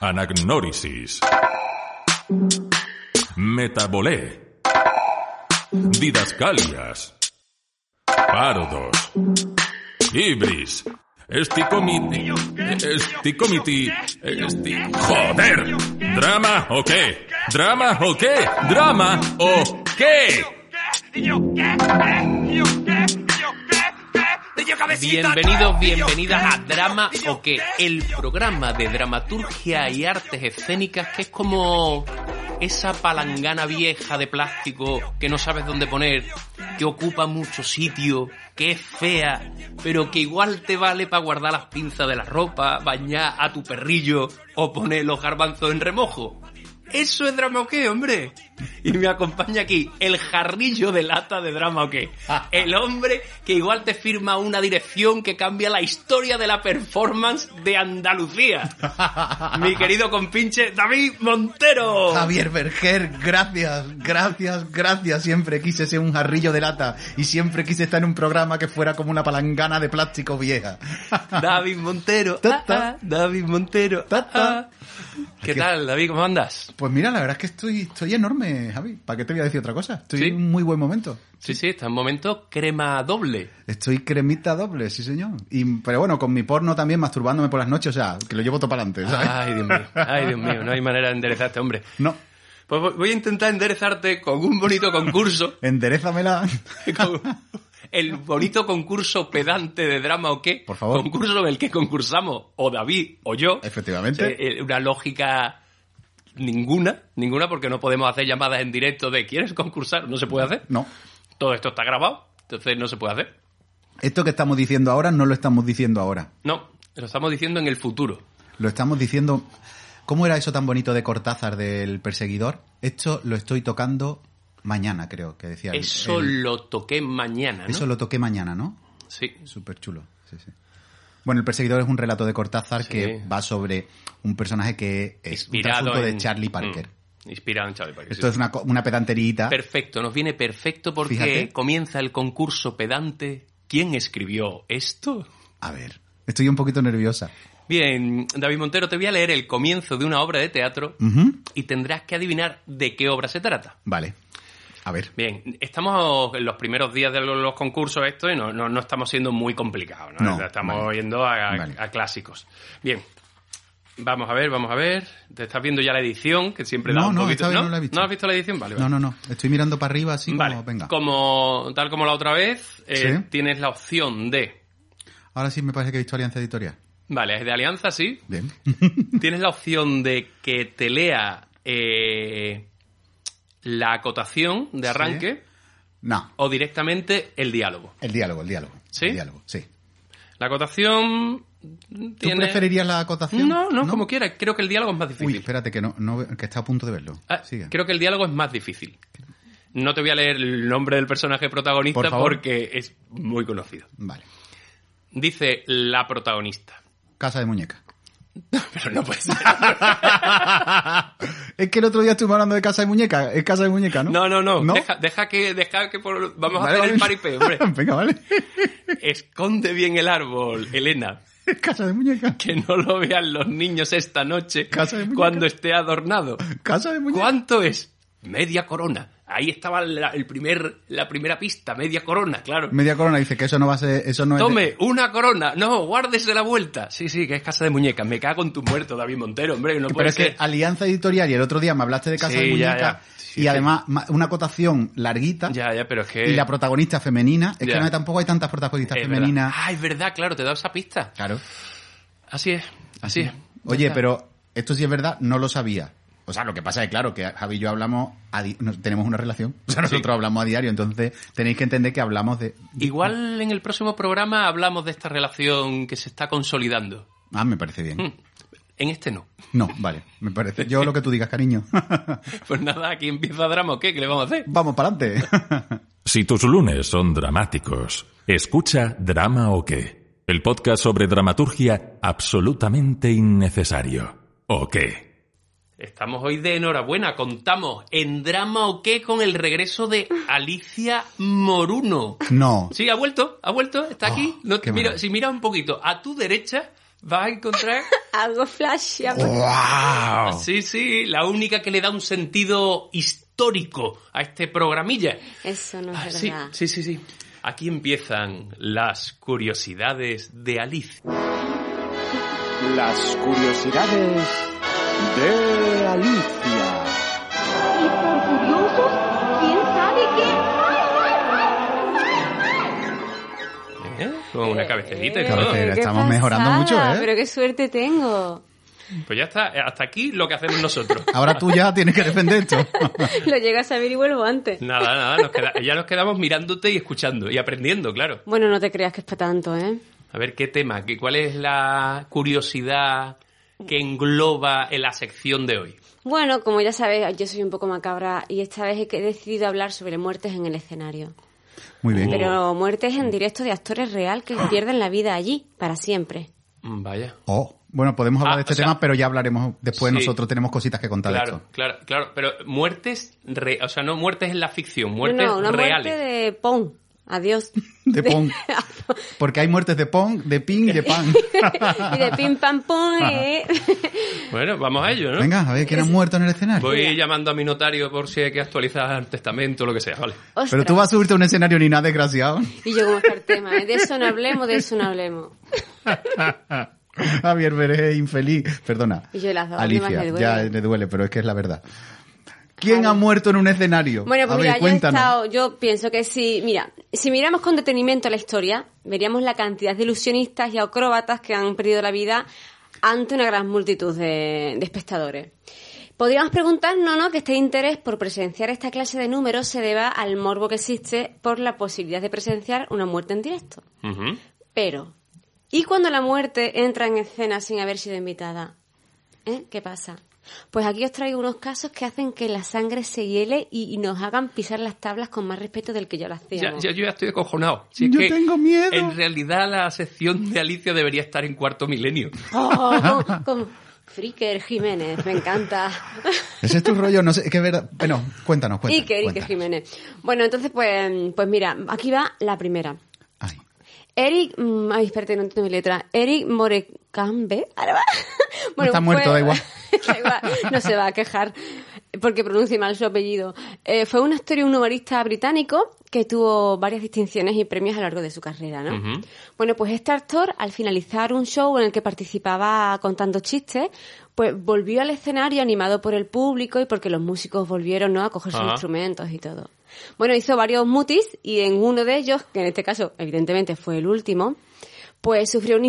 Anagnórisis. Metabolé. Didascalias. Pardos. Ibris. Esticomiti. Esticomiti. Esti. ¡Joder! ¿Drama o qué? ¿Drama o qué? ¿Drama o qué? Bienvenidos, bienvenidas a Drama o qué, el programa de dramaturgia y artes escénicas que es como esa palangana vieja de plástico que no sabes dónde poner, que ocupa mucho sitio, que es fea, pero que igual te vale para guardar las pinzas de la ropa, bañar a tu perrillo o poner los garbanzos en remojo. Eso es drama o qué, hombre. Y me acompaña aquí el jarrillo de lata de drama o qué. El hombre que igual te firma una dirección que cambia la historia de la performance de Andalucía. Mi querido compinche David Montero. Javier Berger, gracias, gracias, gracias. Siempre quise ser un jarrillo de lata y siempre quise estar en un programa que fuera como una palangana de plástico vieja. David Montero. Ta, ta. ah, ah, David Montero. Ta, ta. ah. ¿Qué tal, David? ¿Cómo andas? Pues mira, la verdad es que estoy, estoy enorme, Javi. ¿Para qué te voy a decir otra cosa? Estoy Sí. en un muy buen momento. Sí, sí, está en momento crema doble. Estoy cremita doble, sí señor. Y, pero bueno, con mi porno también masturbándome por las noches, o sea, que lo llevo todo para adelante, ¿sabes? Ay, Dios mío. Ay, Dios mío. No hay manera de enderezar a este hombre. No, Pues voy- voy a intentar enderezarte con un bonito concurso. enderezamela. con el bonito concurso pedante de drama o qué. Por favor. Concurso en el que concursamos o David o yo. Efectivamente. Eh, eh, Una lógica ninguna, ninguna porque no podemos hacer llamadas en directo de ¿quieres concursar? No se puede hacer. No. Todo esto está grabado, entonces no se puede hacer. Esto que estamos diciendo ahora no lo estamos diciendo ahora. No, lo estamos diciendo en el futuro. Lo estamos diciendo. ¿Cómo era eso tan bonito de Cortázar del perseguidor? Esto lo estoy tocando mañana, creo que decía. el- Eso el- lo toqué mañana, ¿no? eso lo toqué mañana, ¿no? Sí. Súper chulo. Sí, sí. Bueno, El Perseguidor es un relato de Cortázar Sí. que va sobre un personaje que es un Inspirado trasunto en... de Charlie Parker. Mm, inspirado en Charlie Parker. sí, Esto es una, co- una pedanterita. Perfecto, nos viene perfecto porque Fíjate. comienza el concurso pedante. ¿Quién escribió esto? A ver, estoy un poquito nerviosa. Bien, David Montero, te voy a leer el comienzo de una obra de teatro Ujú. y tendrás que adivinar de qué obra se trata. Vale. A ver. Bien, estamos en los primeros días de los, los concursos esto y no, no- no estamos siendo muy complicados, ¿no? No, estamos vale. yendo a, a- Vale. a clásicos. Bien, vamos a ver, vamos a ver. Te estás viendo ya la edición, que siempre da No, un no, poquito... esta vez no la he visto. has visto la edición? Vale, vale. No, no, no. Estoy mirando para arriba así Vale, como, venga. como- tal como la otra vez, eh, Sí. tienes la opción de... Ahora sí me parece que he visto Alianza Editorial. Vale, es de alianza, sí. Bien. tienes la opción de que te lea eh, la acotación de arranque no. o directamente el diálogo. El diálogo, el diálogo. ¿Sí? El diálogo, sí. La acotación ¿Tú tiene... Mm, preferirías la acotación? No, no, como quieras. Creo que el diálogo es más difícil. Uy, espérate, que, no, no ve- que está a punto de verlo. Ah, Sigue. creo que el diálogo es más difícil. No te voy a leer el nombre del personaje protagonista Por favor. porque es muy conocido. Vale. Dice la protagonista. Casa de muñecas. Pero no puede ser. Es que el otro día estuvimos hablando de casa de muñecas. Es casa de muñecas, ¿no? No, no, no. Deja, deja que, deja que por- vamos Vale, a hacer vale. el paripé, hombre. Venga, vale. Esconde bien el árbol, Elena. Es casa de muñecas. Que no lo vean los niños esta noche Casa de muñecas. cuando esté adornado. Casa de muñecas. ¿Cuánto es? Media corona. Ahí estaba la, el primer, la primera pista, media corona, claro. Media corona dice que eso no va a ser... Eso no es de- Tome una corona. No, guárdese la vuelta. Sí, sí, que es casa de muñecas. Me cago en tu muerto, David Montero, hombre. No Pero puede es que ser. Alianza Editorial y el otro día me hablaste de casa Pues Sí, de ya, muñecas ya. Sí, y sí. además ma- una acotación larguita Ya, ya, pero es que. y la protagonista femenina. Es Eh, Ya. que no, hay- tampoco hay tantas protagonistas es verdad. femeninas. Ah, es verdad, claro, te he dado esa pista. Claro. Así es, así es. Oye, Ya está. pero esto sí es verdad, no lo sabía. O sea, lo que pasa es, claro, que Javi y yo hablamos, a di- no- tenemos una relación. O sea, nosotros hablamos a diario, entonces tenéis que entender que hablamos de... Igual en el próximo programa hablamos de esta relación que se está consolidando. Ah, me parece bien. Mm. En este no. No, vale, me parece. Yo lo que tú digas, cariño. Pues nada, aquí empieza drama o qué, ¿qué le vamos a hacer? Vamos para adelante. Si tus lunes son dramáticos, escucha Drama o qué. El podcast sobre dramaturgia absolutamente innecesario. ¿O qué? Estamos hoy de enhorabuena, contamos en drama o qué con el regreso de Alicia Moruno. No. Sí, ha vuelto, ha vuelto, está aquí. Oh, No te- qué mira, maravilla. si miras un poquito a tu derecha, vas a encontrar... Algo flash. ya Oh. me- ¡Wow! Sí, sí, la única que le da un sentido histórico a este programilla. Eso no Ah, es sí, verdad. sí, sí, sí. Aquí empiezan las curiosidades de Alicia. Las curiosidades de Alicia. y por curiosos, quién sabe qué. ¡Ay, ay, ay! ¿Eh? Con una cabecerita y Eh, todo. Cabecera, qué estamos mejorando mucho, ¿eh? Pero qué suerte tengo. Pues ya está, hasta aquí lo que hacemos nosotros. Ahora tú ya tienes que defender esto. Lo llego a saber y vuelvo antes. Nada, nada, nos queda- ya nos quedamos mirándote y escuchando y aprendiendo, claro. Bueno, no te creas que es para tanto, ¿eh? A ver, ¿qué tema? ¿Qué- ¿Cuál es la curiosidad que engloba en la sección de hoy? Bueno, como ya sabéis, yo soy un poco macabra y esta vez he que- he decidido hablar sobre muertes en el escenario. Oh. Muy bien. Pero muertes en directo de actores real Ah. que pierden la vida allí, para siempre. Mm, Vaya. Oh, bueno, podemos hablar Ah, de este o sea- tema, pero ya hablaremos después. Sí. Nosotros tenemos cositas que contar de Claro, esto. claro, claro. Pero muertes, re- o sea, no muertes en la ficción, muertes no, no, una reales. muerte de Pon. Adiós. De Pong. Porque hay muertes de Pong, de Ping y de Pan. y de pim pam pum. eh. Bueno, vamos a ello, ¿no? Venga, a ver quién ha muerto en el escenario. Voy llamando a mi notario por si hay que actualizar el testamento o lo que sea, ¿vale? Pero tú Ostras. vas a subirte a un escenario ni nada, desgraciado. Y yo como está el tema, ¿eh? de eso no hablemos, de eso no hablemos. Javier Veré, infeliz. Perdona. Y yo las dos, Alicia, además me duele. ya le duele, pero es que es la verdad. ¿Quién Ay. ha muerto en un escenario? Bueno, a pues ver, mira, yo, he cuéntanos. estado- yo pienso que si, mira, si miramos con detenimiento la historia, veríamos la cantidad de ilusionistas y acróbatas que han perdido la vida ante una gran multitud de, de espectadores. Podríamos preguntarnos, ¿no?, que este interés por presenciar esta clase de números se deba al morbo que existe por la posibilidad de presenciar una muerte en directo. Ujú. Pero, ¿y cuando la muerte entra en escena sin haber sido invitada? ¿Eh? ¿Qué pasa? Pues aquí os traigo unos casos que hacen que la sangre se hiele y, y nos hagan pisar las tablas con más respeto del que ya lo Ya, hacíamos. ya- yo ya estoy acojonado. Si es Yo que tengo miedo. En realidad la sección de Alicia debería estar en cuarto milenio. Oh, con Friker Jiménez, me encanta. Ese es tu rollo, no sé, es que es verdad. Bueno, cuéntanos, cuéntanos. Iker, Iker cuéntanos. Jiménez. Bueno, entonces, pues, pues mira, aquí va la primera. Ay. Eric, mm, ay, espérate, no entiendo mi letra. Eric Morecambe. ahora va. está muerto, da igual. da igual, No se va a quejar porque pronuncia mal su apellido. Eh, fue un actor y un humorista británico que tuvo varias distinciones y premios a lo largo de su carrera, ¿no? Ujú. Bueno, pues este actor, al finalizar un show en el que participaba contando chistes, pues volvió al escenario animado por el público y porque los músicos volvieron, ¿no?, a coger sus Ajá. instrumentos y todo. Bueno, hizo varios mutis y en uno de ellos, que en este caso evidentemente fue el último, pues sufrió un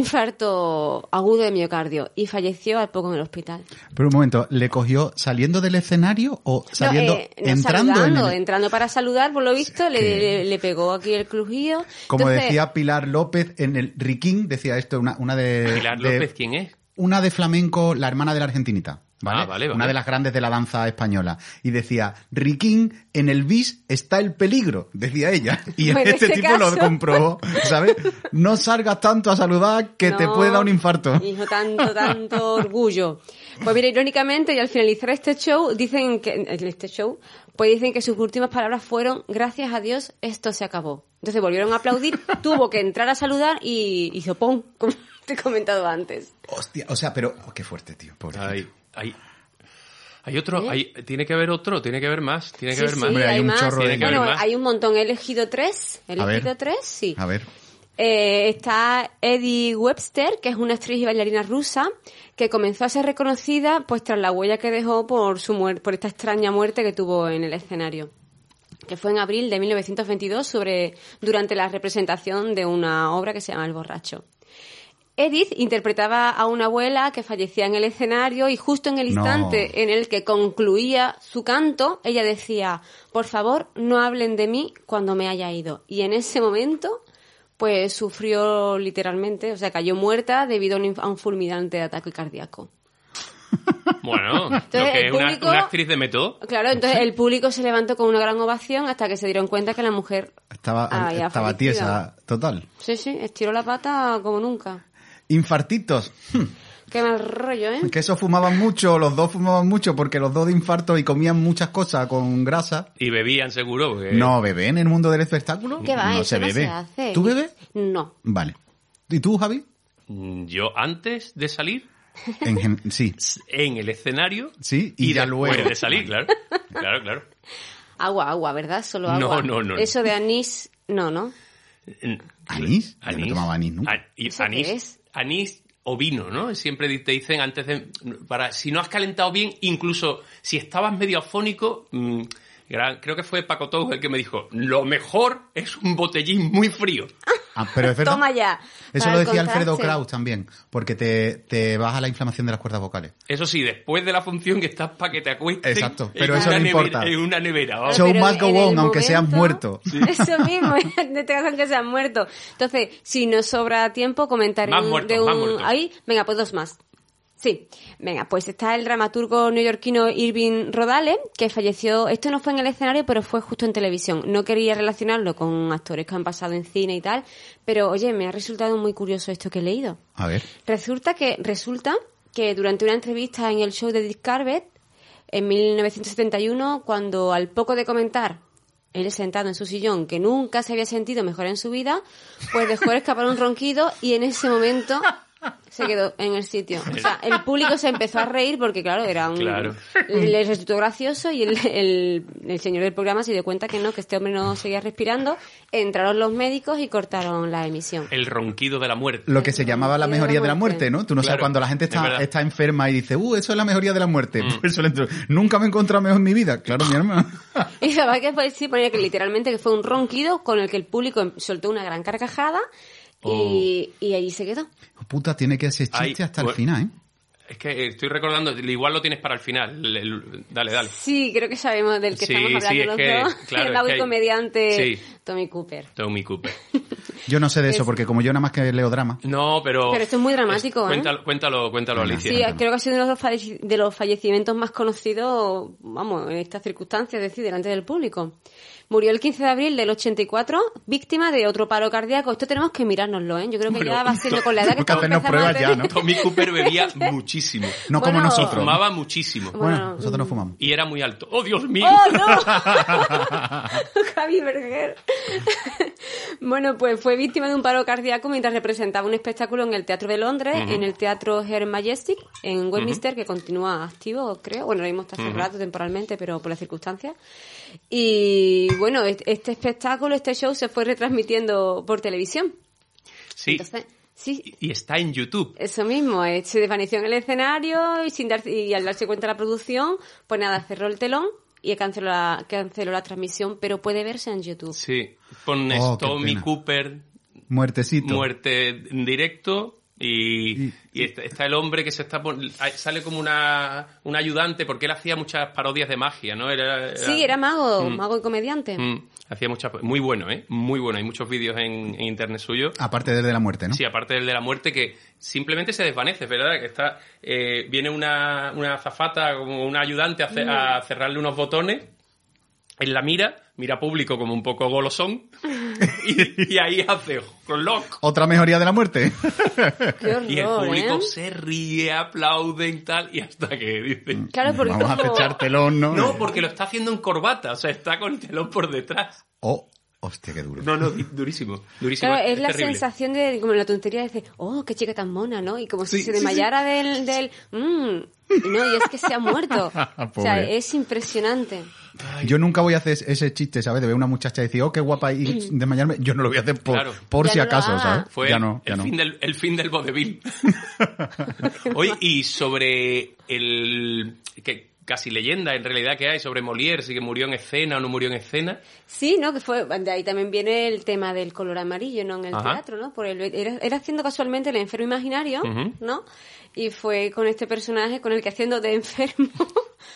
infarto agudo de miocardio y falleció al poco en el hospital. Pero un momento, ¿le cogió saliendo del escenario o No, saliendo, eh, no, entrando saludando, en el... entrando para saludar, por lo visto, le, que- le- le pegó aquí el crujido. Como Entonces- decía Pilar López en el Riquín, decía esto, una, una de... Pilar de- López, ¿quién es? Una de flamenco, la hermana de la argentinita. ¿vale? Ah, vale, vale. Una de las grandes de la danza española. Y decía, Riquín, en el bis está el peligro, decía ella. Y Pues en este, este tipo caso. pues- lo comprobó, ¿sabes? No salgas tanto a saludar que te No, puede dar un infarto. Hijo, tanto, tanto orgullo. Pues mira, irónicamente, y al finalizar este show, dicen que, en este show, pues dicen que sus últimas palabras fueron, gracias a Dios, esto se acabó. Entonces volvieron a aplaudir, tuvo que entrar a saludar y hizo pon, como te he comentado antes. Hostia, o sea, pero... oh, qué fuerte, tío, pobre. Hay, hay, hay otro, hay- tiene que haber otro, tiene que haber más, tiene que Sí, haber sí, más. Hombre, hay un chorro de- Tiene que Bueno, haber más. hay un montón. He elegido tres. He A ver. elegido tres, sí. A ver. Eh, está Eddie Webster, que es una actriz y bailarina rusa, que comenzó a ser reconocida pues tras la huella que dejó por su muer- por esta extraña muerte que tuvo en el escenario, que fue en abril de 1922 sobre durante la representación de una obra que se llama El borracho. Edith interpretaba a una abuela que fallecía en el escenario y justo en el No. instante en el que concluía su canto, ella decía, por favor, no hablen de mí cuando me haya ido. Y en ese momento, pues sufrió literalmente, o sea, cayó muerta debido a un inf- a un fulminante ataque cardíaco. Bueno, lo Entonces, que el es una, público- una actriz de método. Claro, entonces el público se levantó con una gran ovación hasta que se dieron cuenta que la mujer Estaba, había estaba fallecido. tiesa, total. Sí, sí, estiró la pata como nunca. Infartitos. Qué mal rollo, ¿eh? Que esos fumaban mucho, los dos fumaban mucho porque los dos de infarto y comían muchas cosas con grasa. Y bebían seguro. porque- No, bebé en el mundo del espectáculo. ¿Qué va? no eso se no bebe. se hace. ¿Tú bebes? No. Vale. ¿Y tú, Javi? Mm, Yo antes de salir, En gen- sí. en el escenario. Sí, y ya después luego. de salir, claro. Claro, claro. Agua, agua, ¿verdad? Solo No, agua. no, no, no. Eso de anís, no, ¿no? ¿Anís? Yo no tomaba anís nunca. An- y- ¿Eso qué anís, es? anís o vino, ¿no? Siempre di- te dicen antes de... Para, si no has calentado bien, incluso si estabas medio afónico... mm, gran- creo que fue Paco Tous el que me dijo, lo mejor es un botellín muy frío. Ah, pero es verdad. Toma ya. Eso Para lo el decía Alfredo contraste. Kraus también, porque te, te baja la inflamación de las cuerdas vocales. Eso sí, después de la función que estás para que te acuestes... Exacto, en pero eso una no nevera- importa. En una nevera, vamos. Claro, Show pero must go en el on, aunque seas muerto. Eso mismo, no te hagan que seas muerto. Entonces, si nos sobra tiempo, comentaré Más un- muertos, de un... más muertos. Ahí, venga, pues dos más. Sí, venga, pues está el dramaturgo neoyorquino Irving Rodale, que falleció, esto no fue en el escenario, pero fue justo en televisión. No quería relacionarlo con actores que han pasado en cine y tal, pero oye, me ha resultado muy curioso esto que he leído. A ver. Resulta que, resulta que durante una entrevista en el show de Dick Carvet, en 1971, cuando al poco de comentar, él sentado en su sillón, que nunca se había sentido mejor en su vida, pues dejó escapar un ronquido y en ese momento se quedó en el sitio. O sea, el público se empezó a reír porque, claro, era un... Claro. Le le resultó gracioso y el, el- el señor del programa se dio cuenta que no, que este hombre no seguía respirando. Entraron los médicos y cortaron la emisión. El ronquido de la muerte. Lo que se llamaba la Miedo a la mejoría de la muerte. muerte, ¿no? Tú no sabes Claro, cuando la gente es verdad. Mm. está, está enferma y dice, uh, eso es la mejoría de la muerte. Por eso le entro, Nunca me he encontrado mejor en mi vida. Claro, mi hermano. Y la verdad que fue- sí ponía que literalmente que fue un ronquido con el que el público em- soltó una gran carcajada y, Oh. y allí se quedó. Puta, tiene que hacer chiste Ay, pues hasta bueno. el final, ¿eh? Es que estoy recordando, igual lo tienes para el final. El- el- dale, dale. Sí, creo que sabemos del que Sí, estamos sí, hablando es los que, dos. claro, el es mago que y hay- comediante sí. Tommy Cooper. Tommy Cooper. Yo no sé de eso, Es- porque como yo nada más que leo drama. No, pero... Pero esto es muy dramático, ¿eh? Cuéntalo, cuéntalo, cuéntalo, Venga. Alicia. Sí, creo que ha sido uno de los, falleci- de los fallecimientos más conocidos, vamos, en estas circunstancias, es decir, delante del público. Murió el 15 de abril del 84, víctima de otro paro cardíaco. Esto tenemos que mirárnoslo, ¿eh? Yo creo que Bueno, ya va siendo con la edad que tenemos estamos que hacernos empezando a pruebas ya, tener. ¿no? Tommy Cooper bebía muchísimo. No como Bueno, nosotros. Fumaba muchísimo. Bueno, Bueno, mm. nosotros no fumamos. Y era muy alto. ¡Oh, Dios mío! ¡Oh, no! Javi Berger. bueno, pues fue víctima de un paro cardíaco mientras representaba un espectáculo en el Teatro de Londres, en el Teatro Her Majestic, en Westminster, que continúa activo, creo. Bueno, ahora mismo está cerrado temporalmente, pero por las circunstancias. Y bueno, est- este espectáculo, este show se fue retransmitiendo por televisión. Sí. Entonces, sí, Y está en YouTube. eso mismo, eh, se desvaneció en el escenario y, sin dar, y al darse cuenta la producción, pues nada, cerró el telón y canceló la, canceló la transmisión, pero puede verse en YouTube. Sí. Pones Oh, qué Tommy pena. Cooper, Muertecito. muerte en directo. Y, Y- y está, está el hombre que se está pon- ah, sale como una, un ayudante porque él hacía muchas parodias de magia, ¿no? Era, era- Sí, era mago, Mm. mago y comediante. Mm. hacía muchas muy bueno, ¿eh? Muy bueno. Hay muchos vídeos en, en internet suyo. Aparte del de la muerte, ¿no? Sí, aparte del de la muerte que simplemente se desvanece, ¿verdad? Que está, eh, viene una, una azafata, como una ayudante a, ce- Mm. a cerrarle unos botones en la mira, mira público como un poco golosón, y, y ahí hace ¡oh, loco. Otra mejoría de la muerte. Qué horror, Y el público ¿eh? se ríe, aplauden, tal, y hasta que dicen... Claro, porque Vamos a como- pechar telón, ¿no? No, porque lo está haciendo en corbata, o sea, está con el telón por detrás. Oh, hostia, qué duro. No, no, di- durísimo, durísimo. Claro, es, la terrible. sensación de, como la tontería de decir, oh, qué chica tan mona, ¿no? Y como si Sí, sí, sí. se desmayara del, del, mm, y no, y es que se ha muerto. o sea, Pobre. es impresionante. Yo nunca voy a hacer ese chiste, ¿sabes? De ver una muchacha y decir, oh, qué guapa y desmayarme. Yo no lo voy a hacer por, Claro. por Ya si no lo acaso, haga. ¿sabes? Fue ya no, el, ya no. fin del, el fin del vodevil. Oye, y sobre el... que casi leyenda en realidad que hay sobre Molière, si que murió en escena o no murió en escena. Sí, ¿no? Que fue, de ahí también viene el tema del color amarillo, ¿no? En el Ajá. teatro, ¿no? Por el, era, era haciendo casualmente el enfermo imaginario, Ujú. ¿no? Y fue con este personaje con el que haciendo de enfermo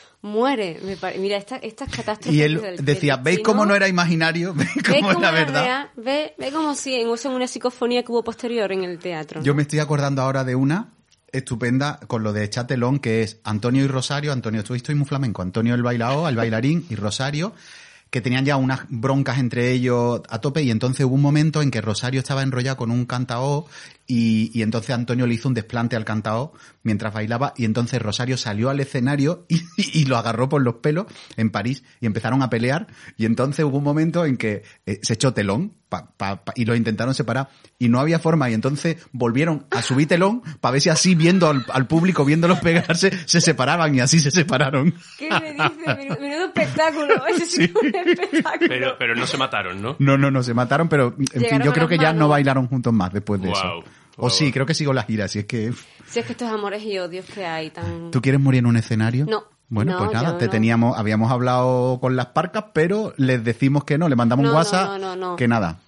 muere. Me pare- Mira, esta- estas catástrofes. Y él del- decía, del ¿veis destino, cómo no era imaginario? ¿Veis ve cómo era verdad? real, ve, ve como si en, eso en una psicofonía que hubo posterior en el teatro. Yo ¿no? me estoy acordando ahora de una estupenda con lo de Chatelón, que es Antonio y Rosario. Antonio, tú estoy muy flamenco. Antonio el bailao, el bailarín y Rosario que tenían ya unas broncas entre ellos a tope y entonces hubo un momento en que Rosario estaba enrollado con un cantao y, y entonces Antonio le hizo un desplante al cantao mientras bailaba y entonces Rosario salió al escenario y, y lo agarró por los pelos en París y empezaron a pelear y entonces hubo un momento en que eh, se echó telón pa- pa- pa- y los intentaron separar y no había forma y entonces volvieron a subir telón para ver si así viendo al, al público viéndolos pegarse se separaban y así se separaron. ¿Qué me dices? Menu- Menudo espectáculo. Ese sí fue un espectáculo. Pero, pero no se mataron, ¿no? No, no, no, se mataron, pero en Llegaron fin, yo a creo las que ya manos. no bailaron juntos más después de Guau, eso. guau, O sí, guau. creo que sigo la gira, si es que Si es que estos amores y odios que hay tan... tú quieres morir en un escenario. No. Bueno, No, pues yo nada, te no. teníamos, habíamos hablado con las parcas, pero les decimos que no, le mandamos No, un no, WhatsApp no, no, no. que nada.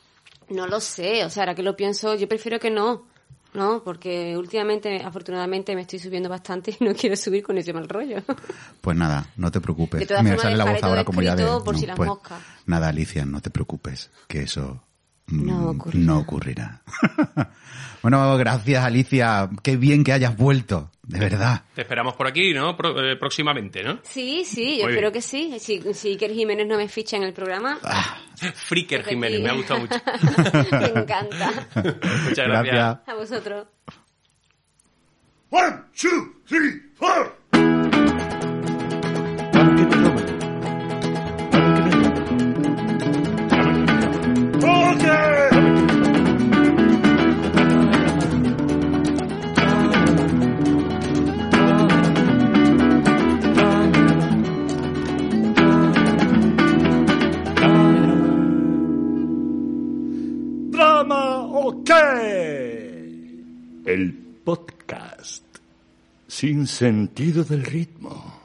No lo sé, o sea, ahora que lo pienso, yo prefiero que no. No, porque últimamente, afortunadamente, me estoy subiendo bastante y no quiero subir con ese mal rollo. Pues nada, no te preocupes. De todas Me formas, sale la voz dejaré todo ahora como ya de. escrito por no, si las pues, moscas. Nada, Alicia, no te preocupes, que eso mm, No ocurrirá. no ocurrirá. bueno, gracias, Alicia. Qué bien que hayas vuelto, de verdad. Te esperamos por aquí, ¿no? Pro- eh, próximamente, ¿no? Sí, sí, yo Muy espero bien. que sí. Si, si Iker Jiménez no me ficha en el programa, Freaker Ah, Jiménez, me ha gustado mucho. me encanta. Muchas gracias. A vosotros. One, two, three, four. Dame que me roben. Dame que me roben. Dame que me roben. Okay. Drama OK. El podcast sin sentido del ritmo.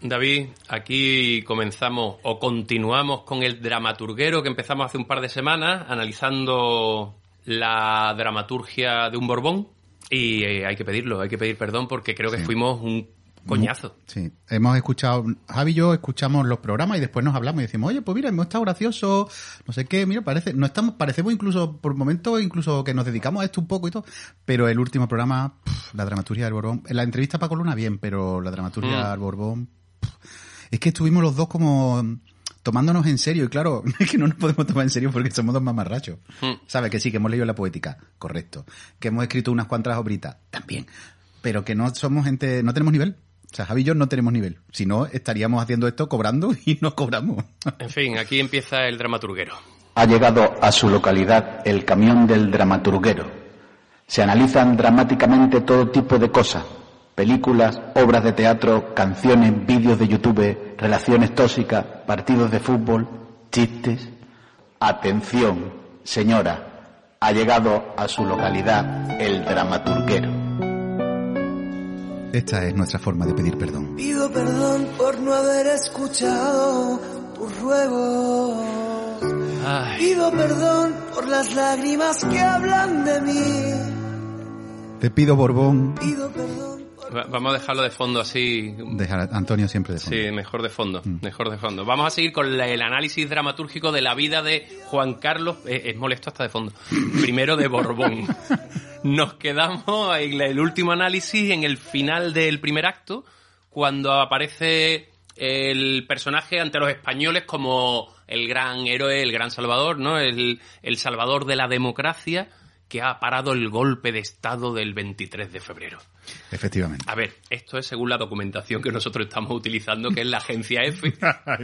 David, aquí comenzamos o continuamos con el dramaturguero que empezamos hace un par de semanas analizando la dramaturgia de un Borbón. Y eh, hay que pedirlo, hay que pedir perdón porque creo que fuimos un coñazo. Sí, hemos escuchado, Javi y yo escuchamos los programas y después nos hablamos y decimos, oye, pues mira, hemos estado gracioso, no sé qué, mira, parece, no estamos, parecemos incluso, por momentos, incluso que nos dedicamos a esto un poco y todo, pero el último programa, pf, la dramaturgia del Borbón, la entrevista a Paco Luna bien, pero la dramaturgia Mm. del Borbón, pf, es que estuvimos los dos como tomándonos en serio y claro, es que no nos podemos tomar en serio porque somos dos mamarrachos. Mm. ¿Sabes? Que sí, que hemos leído la poética, correcto. Que hemos escrito unas cuantas obritas, también. Pero que no somos gente, no tenemos nivel. O sea, Javi y yo no tenemos nivel. Si no, estaríamos haciendo esto cobrando y no cobramos. En fin, aquí empieza el dramaturguero. Ha llegado a su localidad el camión del dramaturguero. Se analizan dramáticamente todo tipo de cosas. Películas, obras de teatro, canciones, vídeos de YouTube, relaciones tóxicas, partidos de fútbol, chistes. Atención, señora, ha llegado a su localidad el dramaturguero. Esta es nuestra forma de pedir perdón. Pido perdón por no haber escuchado tus ruegos. Ay, Pido perdón por las lágrimas que hablan de mí. Te pido Borbón. Pido perdón por... va- vamos a dejarlo de fondo así. Dejar a Antonio siempre de fondo. Mm. Sí, mejor de fondo, mejor de fondo. Vamos a seguir con la- el análisis dramatúrgico de la vida de Juan Carlos. eh, es molesto hasta de fondo. Primero de Borbón. Nos quedamos en la- el último análisis en el final del primer acto, cuando aparece el personaje ante los españoles como el gran héroe, el gran salvador, ¿no? El, el salvador de la democracia que ha parado el golpe de Estado del 23 de febrero. Efectivamente. A ver, esto es según la documentación que nosotros estamos utilizando, que es la agencia EFE,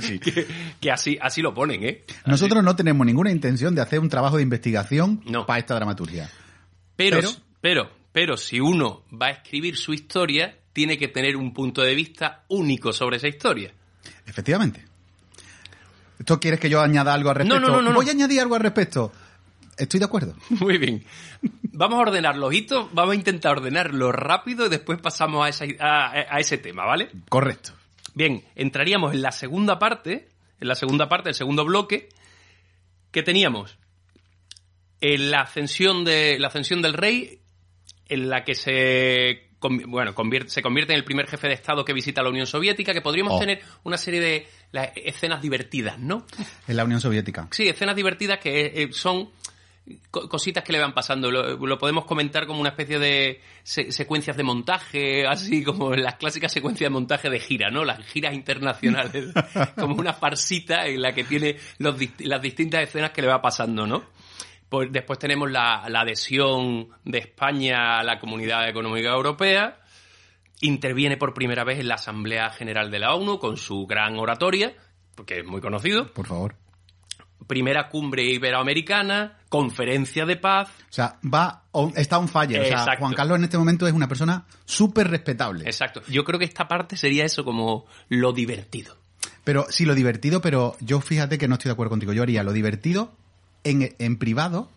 Sí. que, que así, así lo ponen, ¿eh? Nosotros no tenemos ninguna intención de hacer un trabajo de investigación No. para esta dramaturgia. Pero, Pero- pero, pero, si uno va a escribir su historia, tiene que tener un punto de vista único sobre esa historia. Efectivamente. ¿Esto quieres que yo añada algo al No, no, respecto? no, no, no. Voy a añadir algo al respecto. Estoy de acuerdo. Muy bien. Vamos a ordenar los hitos, vamos a intentar ordenarlo rápido y después pasamos a, esa- a- a ese tema, ¿vale? Correcto. Bien, entraríamos en la segunda parte, en la segunda parte, el segundo bloque, que teníamos en la ascensión, de, la ascensión del rey, en la que se, convi- bueno, convierte, se convierte en el primer jefe de Estado que visita la Unión Soviética, que podríamos Oh. tener una serie de las escenas divertidas, ¿no? En la Unión Soviética. Sí, escenas divertidas que eh, son cositas que le van pasando. Lo, lo podemos comentar como una especie de se, secuencias de montaje, así como las clásicas secuencias de montaje de gira, ¿no? Las giras internacionales, como una farsita en la que tiene los, las distintas escenas que le va pasando, ¿no? Pues después tenemos la, la adhesión de España a la Comunidad Económica Europea. Interviene por primera vez en la Asamblea General de la ONU con su gran oratoria, porque es muy conocido. Por favor primera cumbre iberoamericana, conferencia de paz. O sea, va, on, está un fire. O sea, Exacto. Juan Carlos en este momento es una persona súper respetable. Exacto. Yo creo que esta parte sería eso como lo divertido. Pero sí, lo divertido, pero yo fíjate que no estoy de acuerdo contigo. Yo haría lo divertido en, en privado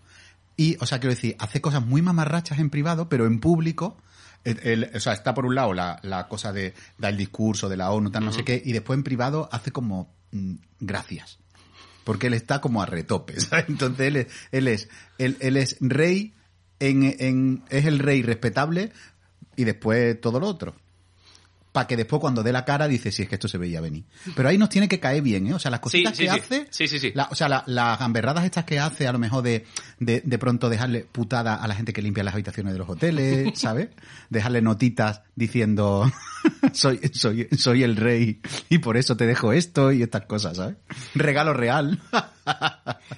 y, o sea, quiero decir, hace cosas muy mamarrachas en privado, pero en público. El, el, o sea, está por un lado la, la cosa de dar el discurso de la ONU, tal, uh -huh. no sé qué, y después en privado hace como mm, gracias porque él está como a retope, ¿sabes? Entonces él es, él es, él, él es rey, en, en, es el rey respetable y después todo lo otro. Para que después cuando dé la cara dice, sí, es que esto se veía venir. Pero ahí nos tiene que caer bien, ¿eh? O sea, las cositas sí, sí, que sí. hace... La, o sea, la, las gamberradas estas que hace, a lo mejor de, de, de, pronto dejarle putada a la gente que limpia las habitaciones de los hoteles, ¿sabes? dejarle notitas diciendo, soy, soy, soy el rey y por eso te dejo esto y estas cosas, ¿sabes? Regalo real.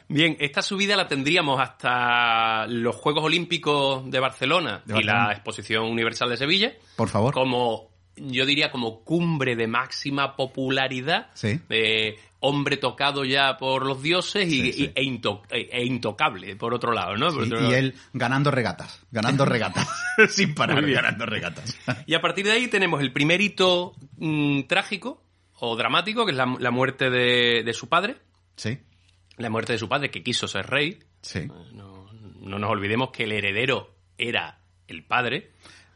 Bien, esta subida la tendríamos hasta los Juegos Olímpicos de Barcelona, de Barcelona. y la Exposición Universal de Sevilla. Por favor. Como yo diría como cumbre de máxima popularidad, sí. eh, hombre tocado ya por los dioses y, sí, sí. y e, into, e, e, intocable, por otro lado, ¿no? Otro y lado. él ganando regatas, ganando regatas, sin parar, ganando regatas. Y a partir de ahí tenemos el primer hito mmm, trágico o dramático, que es la, la muerte de, de, su padre. Sí. La muerte de su padre, que quiso ser rey. Sí. no, no nos olvidemos que el heredero era el padre.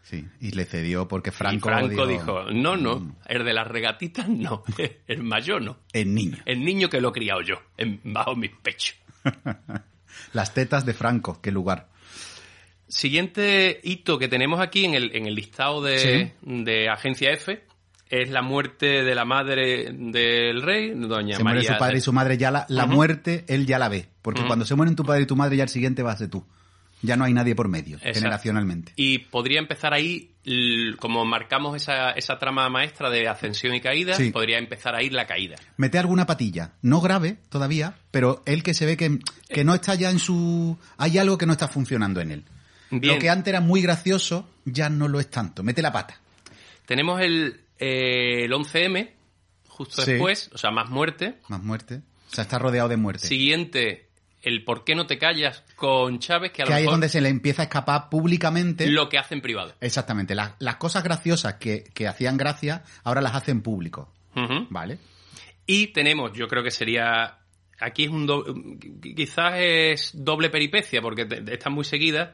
Sí, y le cedió porque Franco, "Mm". y Franco dijo, dijo, no, no, el de las regatitas no, el mayor no. El niño. El niño que lo he criado yo, en, bajo mi pecho. las tetas de Franco, qué lugar. Siguiente hito que tenemos aquí en el, en el listado de, ¿Sí? de, Agencia F es la muerte de la madre del rey, doña se María. muere su padre y su madre, ya la, la uh -huh. muerte él ya la ve, porque uh -huh. cuando se mueren tu padre y tu madre ya el siguiente va a ser tú. Ya no hay nadie por medio, Exacto. generacionalmente. Y podría empezar ahí, como marcamos esa, esa trama maestra de ascensión y caída, sí. podría empezar ahí la caída. Mete alguna patilla, no grave todavía, pero el que se ve que, que no está ya en su... Hay algo que no está funcionando en él. Bien. Lo que antes era muy gracioso, ya no lo es tanto. Mete la pata. Tenemos el, eh, el 11M, justo sí. después, o sea, más muerte. Más muerte. O sea, está rodeado de muerte. Siguiente, el por qué no te callas con Chávez, que a que lo ahí mejor es donde se le empieza a escapar públicamente. Lo que hace en privado. Exactamente. Las, las cosas graciosas que, que, hacían gracia, ahora las hace en público. Uh -huh. ¿Vale? Y tenemos, yo creo que sería. Aquí es un. Doble, quizás es doble peripecia, porque están muy seguidas.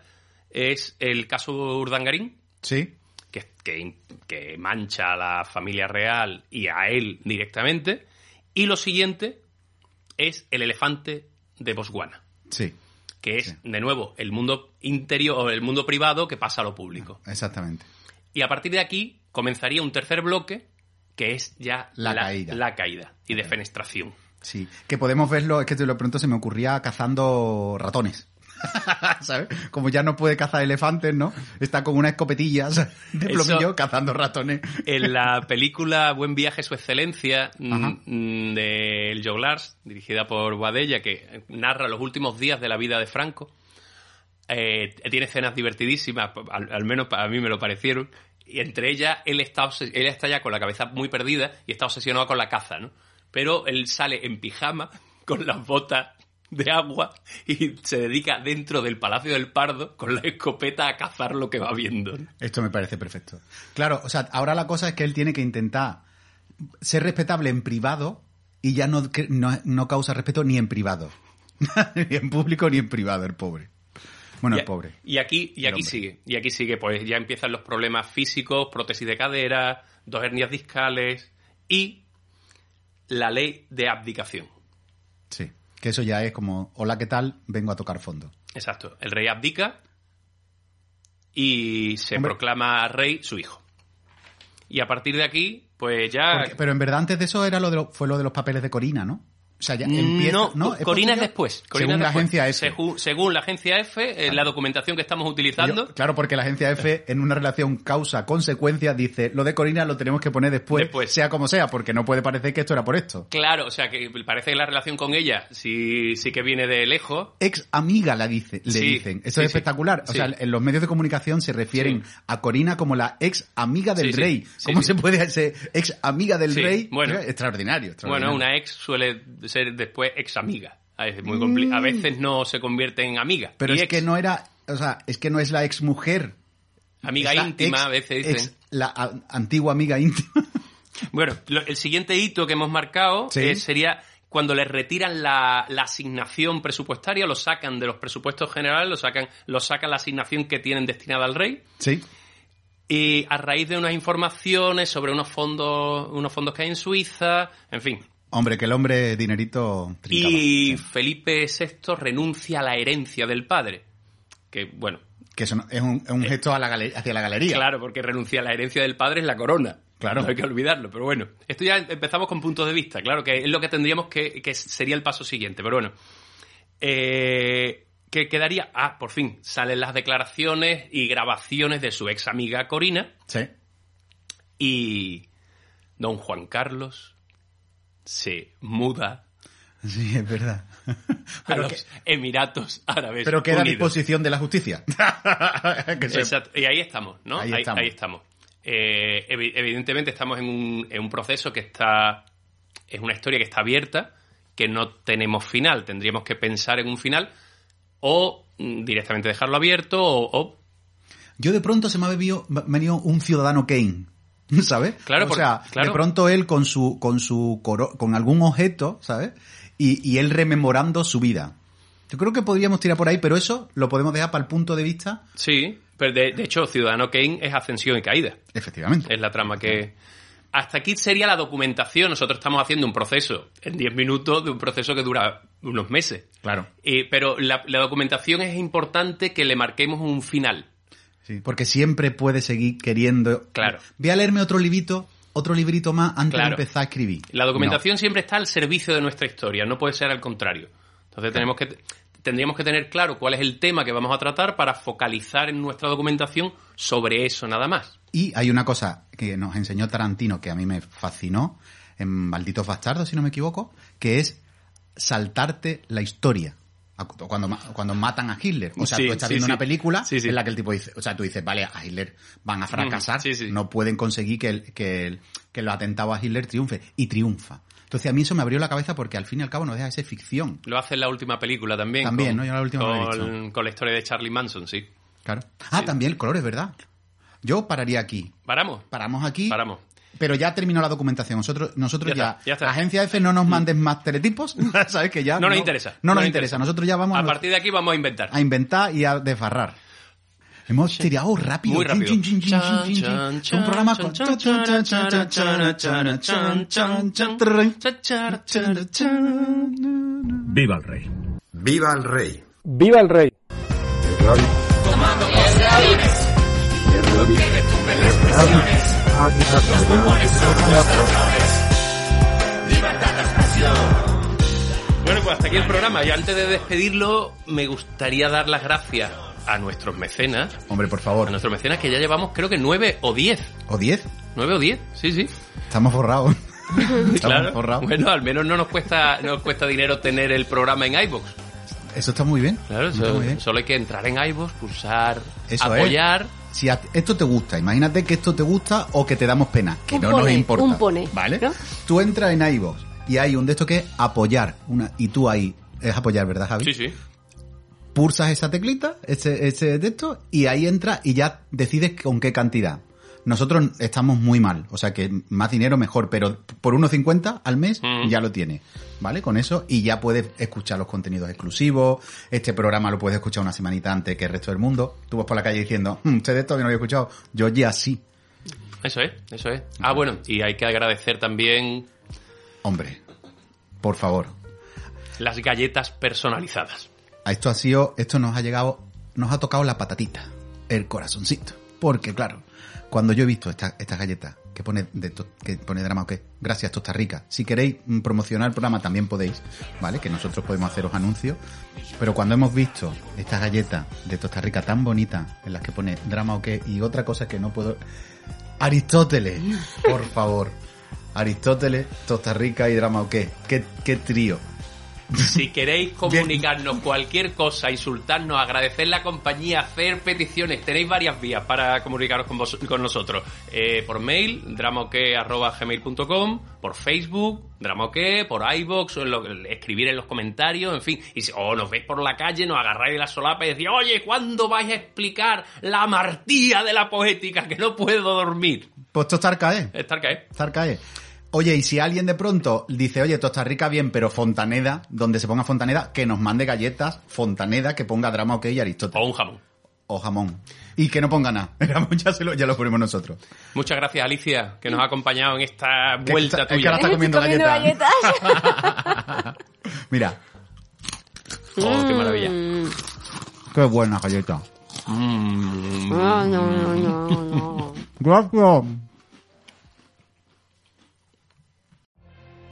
Es el caso Urdangarín. Sí. Que, que, que mancha a la familia real y a él directamente. Y lo siguiente es el elefante de Botswana. Sí. Que es, sí. de nuevo, el mundo interior o el mundo privado que pasa a lo público. Exactamente. Y a partir de aquí comenzaría un tercer bloque que es ya la, la caída. la caída y okay. defenestración. Sí, que podemos verlo, es que de lo pronto se me ocurría cazando ratones. ¿Sabes? Como ya no puede cazar elefantes, ¿no? Está con una escopetilla ¿sabes? de plomillo Eso, cazando ratones. en la película Buen viaje, su excelencia, mm, de El Joglars, dirigida por Boadella, que narra los últimos días de la vida de Franco, eh, tiene escenas divertidísimas, al, al menos para mí me lo parecieron, y entre ellas él está, él está ya con la cabeza muy perdida y está obsesionado con la caza, ¿no? Pero él sale en pijama con las botas de agua y se dedica dentro del Palacio del Pardo con la escopeta a cazar lo que va viendo. Esto me parece perfecto. Claro, o sea, ahora la cosa es que él tiene que intentar ser respetable en privado y ya no, no, no causa respeto ni en privado. ni en público ni en privado, el pobre. Bueno, y, el pobre. Y aquí, y aquí sigue, y aquí sigue, pues ya empiezan los problemas físicos, prótesis de cadera, dos hernias discales y la ley de abdicación. Sí. Que eso ya es como, hola, ¿qué tal? Vengo a tocar fondo. Exacto. El rey abdica y se Hombre. proclama rey su hijo. Y a partir de aquí, pues ya... Ah. Porque, pero en verdad antes de eso era lo de lo, fue lo de los papeles de Corina, ¿no? O sea, ya empieza, Mm, no, ¿no? ¿Es Corina es posterior? después. Corina según es la después. agencia F. Segu- según la agencia F, eh, la documentación que estamos utilizando. Yo- claro, porque la agencia F en una relación causa-consecuencia dice, lo de Corina lo tenemos que poner después, Después. sea como sea, porque no puede parecer que esto era por esto. Claro, o sea, que parece que la relación con ella sí, sí que viene de lejos. Ex amiga la dice, le Sí, dicen. sí, Eso sí. es espectacular. O Sí. sea, en los medios de comunicación se refieren a Corina como la ex amiga del Sí, sí. rey. Sí, ¿Cómo sí. se puede hacer ex amiga del Sí, rey? bueno. extraordinario, extraordinario. Bueno, una ex suele ser después ex amiga. A veces, muy compli- a veces no se convierte en amiga. Y Pero es ex, que no era, o sea, es que no es la ex mujer. Amiga Es la íntima, ex- a veces dicen. ex- la a- antigua amiga íntima. Bueno, lo- el siguiente hito que hemos marcado Sí. eh, sería cuando les retiran la, la asignación presupuestaria, lo sacan de los presupuestos generales, lo sacan, lo sacan la asignación que tienen destinada al rey. Sí. Y a raíz de unas informaciones sobre unos fondos, unos fondos que hay en Suiza, en fin. Hombre, que el hombre dinerito trincaba. Y Sí. Felipe VI renuncia a la herencia del padre. Que bueno, Que eso no- es un, es un gesto a la gale- hacia la galería. Eh, claro, porque renuncia a la herencia del padre es la corona. Claro. No hay que olvidarlo, pero bueno. Esto ya empezamos con puntos de vista, claro, que es lo que tendríamos que, que sería el paso siguiente, pero bueno. Eh, que quedaría, ah, por fin, salen las declaraciones y grabaciones de su ex amiga Corina. Sí. Y don Juan Carlos se muda Sí, es verdad. a Pero, los que, Emiratos Árabes pero queda a Unidos. disposición de la justicia. Que se- Exacto. Y ahí estamos, ¿no? Ahí estamos. estamos. Eh, evi- evidentemente estamos en un, en un proceso que está... Es una historia que está abierta, que no tenemos final. Tendríamos que pensar en un final o mm, directamente dejarlo abierto o... o- Yo de pronto se me ha bebido- venido un ciudadano Kane. ¿Sabes? Claro, o porque- sea, claro. de pronto él con su con su coro- con algún objeto, ¿sabes? Y, y él rememorando su vida. Yo creo que podríamos tirar por ahí, pero eso lo podemos dejar para el punto de vista. sí, pero de, de hecho Ciudadano Kane es ascensión y caída. Efectivamente. Es la trama que... Hasta aquí sería la documentación. Nosotros estamos haciendo un proceso en 10 minutos de un proceso que dura unos meses. Claro. Eh, pero la, la documentación es importante que le marquemos un final. Sí, porque siempre puede seguir queriendo. Claro. Voy a leerme otro librito, otro librito más antes Claro. de empezar a escribir. La No. documentación siempre está al servicio de nuestra historia, no puede ser al contrario. Entonces tenemos que tendríamos que tener claro cuál es el tema que vamos a tratar para focalizar en nuestra documentación sobre eso nada más. Y hay una cosa que nos enseñó Tarantino que a mí me fascinó en Malditos Bastardos, si no me equivoco, que es saltarte la historia. Acu- Cuando, ma- cuando matan a Hitler. O sea, Sí, tú estás sí, viendo sí. una película Sí, sí. en la que el tipo dice, o sea, tú dices, vale, a Hitler van a fracasar, Ujú, sí, sí. no pueden conseguir que, el, que, el- que los atentados a Hitler triunfe. Y triunfa. Entonces a mí eso me abrió la cabeza porque al fin y al cabo no deja de ser ficción. Lo hace en la última película también. También, con, ¿no? Yo la última no la he con, con la historia de Charlie Manson, sí. Claro. Ah, Sí. también el color, es verdad. Yo pararía aquí. ¿Paramos? Paramos aquí. Paramos. Pero ya terminó la documentación. Nosotros, nosotros Ya ya, está, ya está. Agencia F, no nos mandes más teletipos. Sabes que ya. No, nos interesa. No, nos interesa. Nosotros ya vamos A nos- partir de aquí vamos a inventar. a inventar y a desfarrar. Hemos tirado rápido. Muy rápido. Chin, chin, chin, Chan, chin, chin, chan, chin. Un programa chan, con. chan, chan, chan, chan, chan, chan, chan, chan, chan, chan, chan, Viva el rey. Viva el rey. ¡Viva el rey! Bueno, pues hasta aquí el programa. Y antes de despedirlo, me gustaría dar las gracias a nuestros mecenas. Hombre, por A favor. nuestros mecenas que ya llevamos creo que nueve o diez. O 10. Nueve o diez, sí, sí. Estamos forrados. Estamos forrados. Bueno, al menos no nos cuesta, no nos cuesta dinero tener el programa en iVoox. Eso está muy bien. Claro, Está muy solo, bien. solo hay que entrar en iVoox, pulsar, Eso apoyar. Si a- esto te gusta, imagínate que esto te gusta o que te damos pena, que Un no nos pone, importa. un pone, ¿Vale? ¿no? Tú entras en iVoox y hay un de estos que es apoyar. Una, y tú ahí, es apoyar, ¿verdad, Javi? Sí, sí. Pulsas esa teclita, ese, ese de estos, y ahí entras y ya decides con qué cantidad. Nosotros estamos muy mal, o sea que más dinero mejor, pero por 1,50 al mes Mm. ya lo tienes, ¿vale? Con eso y ya puedes escuchar los contenidos exclusivos, este programa lo puedes escuchar una semanita antes que el resto del mundo. Tú vas por la calle diciendo, "Hmm, ustedes todavía no lo había escuchado, yo ya sí, Eso es, eso es. Ah, bueno, y hay que agradecer también hombre, por favor. las galletas personalizadas. A esto ha sido, esto nos ha llegado, nos ha tocado la patatita, el corazoncito, porque claro, cuando yo he visto esta- estas galletas que pone, de to- que pone drama o qué. Gracias, Tosta Rica. Si queréis mm, promocionar el programa también podéis, ¿vale? Que nosotros podemos haceros anuncios. Pero cuando hemos visto estas galletas de Tosta Rica tan bonitas, en las que pone drama o qué, y otra cosa que no puedo... Aristóteles, por favor. Aristóteles, Tosta Rica y drama o qué. ¿Qué, qué trío? Si queréis comunicarnos cualquier cosa, insultarnos, agradecer la compañía, hacer peticiones, tenéis varias vías para comunicaros con, vos- con nosotros. Eh, por mail, dramoque.gmail.com, por Facebook, dramoque, por iVoox, o en lo- escribir en los comentarios, en fin. Y si o nos veis por la calle, nos agarráis de la solapa y decís, oye, ¿cuándo vais a explicar la martía de la poética? Que no puedo dormir. Pues Tostarca, ¿eh? Estar cae. Zarca, ¿eh? Oye, y si alguien de pronto dice, oye, Tosta Rica bien, pero Fontaneda, donde se ponga Fontaneda, que nos mande galletas, Fontaneda, que ponga drama ok y Aristóteles. O un jamón. O jamón. Y que no ponga nada. El jamón ya, se lo, ya lo ponemos nosotros. Muchas gracias, Alicia, que nos ha acompañado en esta Que vuelta está- es que tuya. ahora está comiendo Estoy comiendo galletas. Mira, Oh, qué maravilla. qué buena galleta. No, Ah, no, no, no, no. Gracias.